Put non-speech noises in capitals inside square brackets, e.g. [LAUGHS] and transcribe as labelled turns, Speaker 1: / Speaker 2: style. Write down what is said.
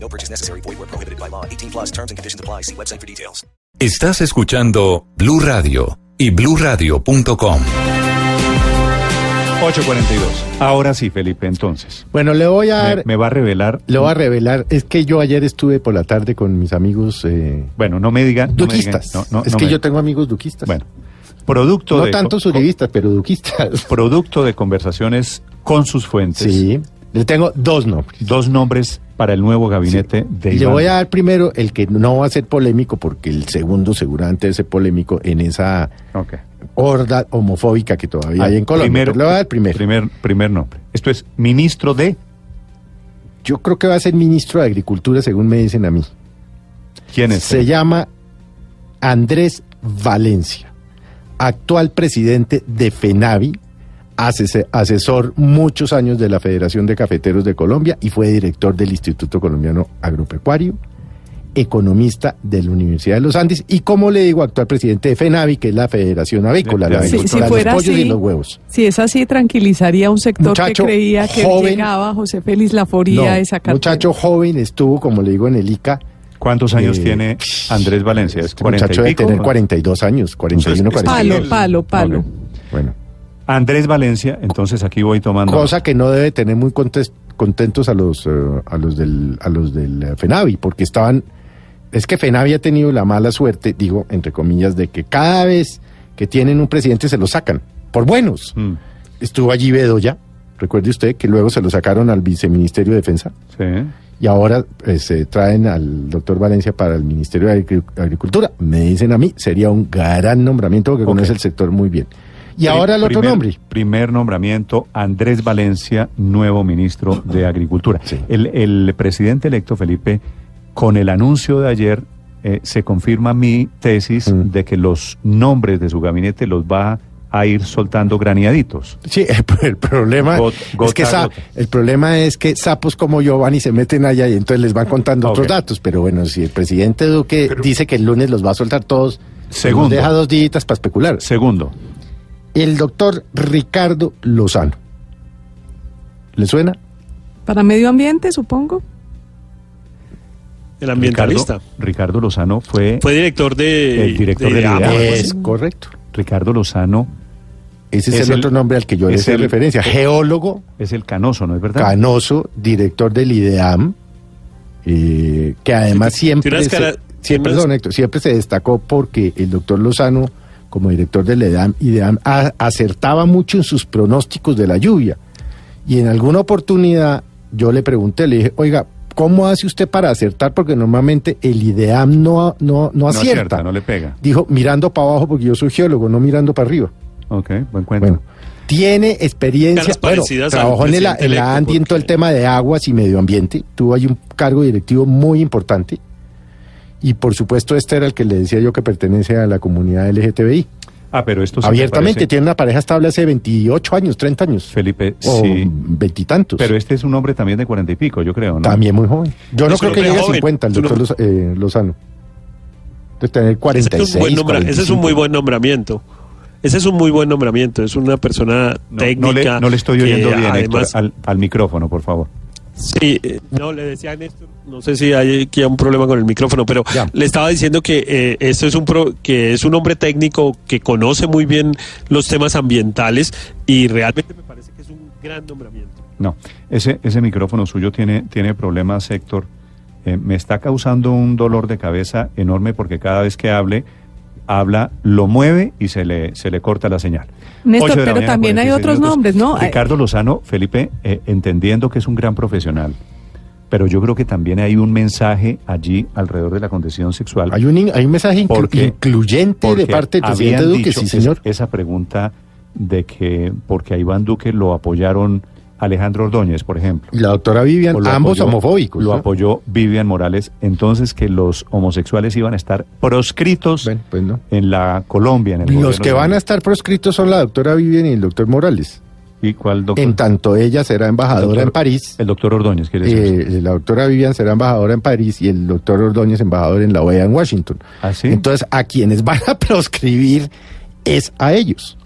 Speaker 1: No purchase necessary. Void where prohibited by law. 18 plus terms and conditions apply. See website for details.
Speaker 2: Estás escuchando Blue Radio y bluradio.com.
Speaker 3: 8.42. Ahora sí, Felipe, entonces.
Speaker 4: Bueno, le voy a
Speaker 3: Me,
Speaker 4: dar-
Speaker 3: me va a revelar.
Speaker 4: le voy a revelar, es que yo ayer estuve por la tarde con mis amigos eh,
Speaker 3: Bueno, no me digan. no me digan-
Speaker 4: duquistas.
Speaker 3: No, no,
Speaker 4: es
Speaker 3: no
Speaker 4: que
Speaker 3: me-
Speaker 4: yo tengo amigos duquistas.
Speaker 3: Bueno, producto
Speaker 4: no
Speaker 3: de.
Speaker 4: tantos
Speaker 3: co- co-
Speaker 4: uribistas, pero duquistas.
Speaker 3: [LAUGHS] Producto de conversaciones con sus fuentes.
Speaker 4: Sí, le tengo dos nombres.
Speaker 3: Dos nombres para el nuevo gabinete de
Speaker 4: Le
Speaker 3: Iván.
Speaker 4: voy a dar primero el que no va a ser polémico, porque el segundo seguramente va a ser polémico en esa
Speaker 3: Ok.
Speaker 4: horda homofóbica que todavía hay en Colombia.
Speaker 3: Ah, Primero,
Speaker 4: Pero le voy a dar primero.
Speaker 3: Primer, primer nombre. Esto es ministro de.
Speaker 4: Yo creo que va a ser ministro de Agricultura, según me dicen a mí.
Speaker 3: ¿Quién es?
Speaker 4: Se llama Andrés Valencia, actual presidente de FENAVI, asese- asesor muchos años de la Federación de Cafeteros de Colombia y fue director del Instituto Colombiano Agropecuario, economista de la Universidad de los Andes y, como le digo, actual presidente de FENAVI, que es la Federación Avícola,
Speaker 3: De- de
Speaker 4: la
Speaker 3: Sí,
Speaker 4: de
Speaker 3: si
Speaker 4: los
Speaker 5: fuera
Speaker 4: pollos y
Speaker 5: así,
Speaker 4: los huevos.
Speaker 5: Si es así, tranquilizaría a un sector
Speaker 4: Muchacho
Speaker 5: que creía que
Speaker 4: joven.
Speaker 5: llegaba José Félix Laforía
Speaker 4: No,
Speaker 5: a esa cartera.
Speaker 4: muchacho joven estuvo, como le digo, en el ICA.
Speaker 3: ¿Cuántos años
Speaker 4: Eh,
Speaker 3: tiene Andrés Valencia? ¿Es
Speaker 4: Este
Speaker 3: 40 y
Speaker 4: muchacho debe
Speaker 3: pico?
Speaker 4: tener 42 años, 41,
Speaker 3: Entonces,
Speaker 5: Palo,
Speaker 4: 42.
Speaker 5: palo, palo.
Speaker 3: Ok.
Speaker 4: Bueno.
Speaker 3: Andrés Valencia, entonces aquí voy tomando.
Speaker 4: Cosa que no debe tener muy contes- contentos a los, eh, a los del, a los del eh, FENAVI, porque estaban. Es que FENAVI ha tenido la mala suerte, digo, entre comillas, de que cada vez que tienen un presidente se lo sacan, por buenos.
Speaker 3: Mm,
Speaker 4: Estuvo allí Bedoya, recuerde usted que luego se lo sacaron al viceministerio de Defensa,
Speaker 3: sí.
Speaker 4: y ahora eh, se traen al doctor Valencia para el Ministerio de Agri- Agricultura. Me dicen a mí, sería un gran nombramiento porque
Speaker 3: Ok.
Speaker 4: conoce el sector muy bien. Y
Speaker 3: Pri-
Speaker 4: ahora el otro
Speaker 3: primer-
Speaker 4: nombre.
Speaker 3: Primer nombramiento, Andrés Valencia, nuevo ministro de Agricultura.
Speaker 4: Sí.
Speaker 3: El, el presidente electo, Felipe, con el anuncio de ayer, eh, se confirma mi tesis
Speaker 4: Mm.
Speaker 3: de que los nombres de su gabinete los va a ir soltando graniaditos.
Speaker 4: Sí, [LAUGHS] el, pro- el problema
Speaker 3: Got-
Speaker 4: es que
Speaker 3: gota a
Speaker 4: sa-
Speaker 3: gota.
Speaker 4: el problema es que sapos como yo van y se meten allá y entonces les van contando
Speaker 3: Ok.
Speaker 4: otros datos. Pero bueno, si el presidente Duque dice que el lunes los va a soltar todos,
Speaker 3: Segundo.
Speaker 4: nos deja dos dígitas para especular.
Speaker 3: Segundo,
Speaker 4: El doctor Ricardo Lozano, ¿le suena?
Speaker 5: Para medio ambiente, supongo.
Speaker 6: El ambientalista.
Speaker 3: Ricardo, Ricardo Lozano fue,
Speaker 6: Fue director de.
Speaker 3: El director del
Speaker 6: IDEAM,
Speaker 3: Ah, IDEAM.
Speaker 6: algo
Speaker 4: es
Speaker 6: así.
Speaker 4: correcto.
Speaker 3: Ricardo Lozano
Speaker 4: Ese es,
Speaker 3: Es
Speaker 4: el,
Speaker 3: el-
Speaker 4: otro nombre al que yo le
Speaker 3: es
Speaker 4: hice
Speaker 3: el- eh,
Speaker 4: referencia. Geólogo,
Speaker 3: es el canoso, ¿no es verdad?
Speaker 4: canoso, director del IDEAM, eh, que además
Speaker 6: Tiene
Speaker 4: siempre,
Speaker 6: unas
Speaker 4: se-
Speaker 6: cara-
Speaker 4: siempre,
Speaker 6: tiene unas-
Speaker 4: perdón, Héctor, siempre se destacó porque el doctor Lozano, como director del IDEAM, IDEAM, a- acertaba mucho en sus pronósticos de la lluvia. Y en alguna oportunidad yo le pregunté, le dije, oiga, ¿cómo hace usted para acertar? Porque normalmente el IDEAM no, no, no
Speaker 3: no
Speaker 4: acierta.
Speaker 3: acierta, no le pega.
Speaker 4: Dijo, mirando para abajo porque yo soy geólogo, no mirando para arriba.
Speaker 3: Ok, buen cuento.
Speaker 4: Bueno, tiene experiencia,
Speaker 6: Caras
Speaker 4: bueno,
Speaker 6: parecidas al
Speaker 4: trabajó en la,
Speaker 6: presidente
Speaker 4: en la
Speaker 6: electo,
Speaker 4: ANDI en todo el
Speaker 6: porque-
Speaker 4: tema de aguas y medio ambiente, tuvo ahí un cargo directivo muy importante y por supuesto este era el que le decía yo que pertenece a la comunidad LGTBI.
Speaker 3: ah, pero esto sí me
Speaker 4: Abiertamente,
Speaker 3: parece-
Speaker 4: tiene una pareja estable hace 28 años, 30 años,
Speaker 3: Felipe,
Speaker 4: o
Speaker 3: sí.
Speaker 4: veintitantos,
Speaker 3: Pero este es un hombre también de cuarenta y pico, yo creo, ¿no?
Speaker 4: también muy joven. Yo no
Speaker 6: Es un
Speaker 4: creo que
Speaker 6: hombre
Speaker 4: llegue a
Speaker 6: joven,
Speaker 4: 50 el
Speaker 6: es un
Speaker 4: doctor Loza- eh, Lozano. De tener
Speaker 6: Ese es
Speaker 4: 46,
Speaker 6: un buen nombra- Ese es un muy buen nombramiento. Ese es un muy buen nombramiento. Es una persona
Speaker 3: No,
Speaker 6: técnica.
Speaker 3: no le, no le estoy
Speaker 6: que
Speaker 3: oyendo bien, Héctor,
Speaker 6: Además,
Speaker 3: al, al micrófono, por favor.
Speaker 6: Sí, eh, no, le decía a Néstor, no sé si hay aquí un problema con el micrófono, pero
Speaker 4: Ya.
Speaker 6: le estaba diciendo que eh, esto es un pro- que es un hombre técnico que conoce muy bien los temas ambientales y realmente me parece que es un gran nombramiento.
Speaker 3: No, ese, ese micrófono suyo tiene, tiene problemas, Héctor. Eh, me está causando un dolor de cabeza enorme porque cada vez que hable, habla, lo mueve y se le, se le corta la señal.
Speaker 5: Néstor,
Speaker 3: Ocho de la
Speaker 5: pero
Speaker 3: mañana,
Speaker 5: también hay
Speaker 3: 46
Speaker 5: otros
Speaker 3: minutos.
Speaker 5: nombres, ¿no?
Speaker 3: Ricardo Lozano, Felipe, eh, entendiendo que es un gran profesional, pero yo creo que también hay un mensaje allí alrededor de la condición sexual.
Speaker 4: Hay un, in- hay un mensaje inclu-
Speaker 3: Porque-
Speaker 4: incluyente de
Speaker 3: Porque
Speaker 4: parte del presidente
Speaker 3: habían
Speaker 4: Duque,
Speaker 3: dicho
Speaker 4: sí
Speaker 3: esa-
Speaker 4: señor.
Speaker 3: Esa pregunta de que porque a Iván Duque lo apoyaron Alejandro Ordóñez, por ejemplo.
Speaker 4: Y la doctora Vivian,
Speaker 3: O lo
Speaker 4: ambos
Speaker 3: apoyó-
Speaker 4: homofóbicos.
Speaker 3: Lo
Speaker 4: ¿no?
Speaker 3: apoyó Vivian Morales, entonces que los homosexuales iban a estar proscritos
Speaker 4: Bueno, pues no.
Speaker 3: en la Colombia. En el
Speaker 4: Los
Speaker 3: gobierno
Speaker 4: que van
Speaker 3: de-
Speaker 4: a estar proscritos son la doctora Vivian y el doctor Morales.
Speaker 3: ¿Y cuál doctor?
Speaker 4: En tanto ella será embajadora
Speaker 3: Doctor- eh,
Speaker 4: en París,
Speaker 3: El doctor Ordóñez, quiere decir.
Speaker 4: eh, la doctora Vivian será embajadora en París y el doctor Ordóñez embajador en la OEA en E Washington.
Speaker 3: ¿Ah, sí?
Speaker 4: Entonces, a quienes van a proscribir es a ellos.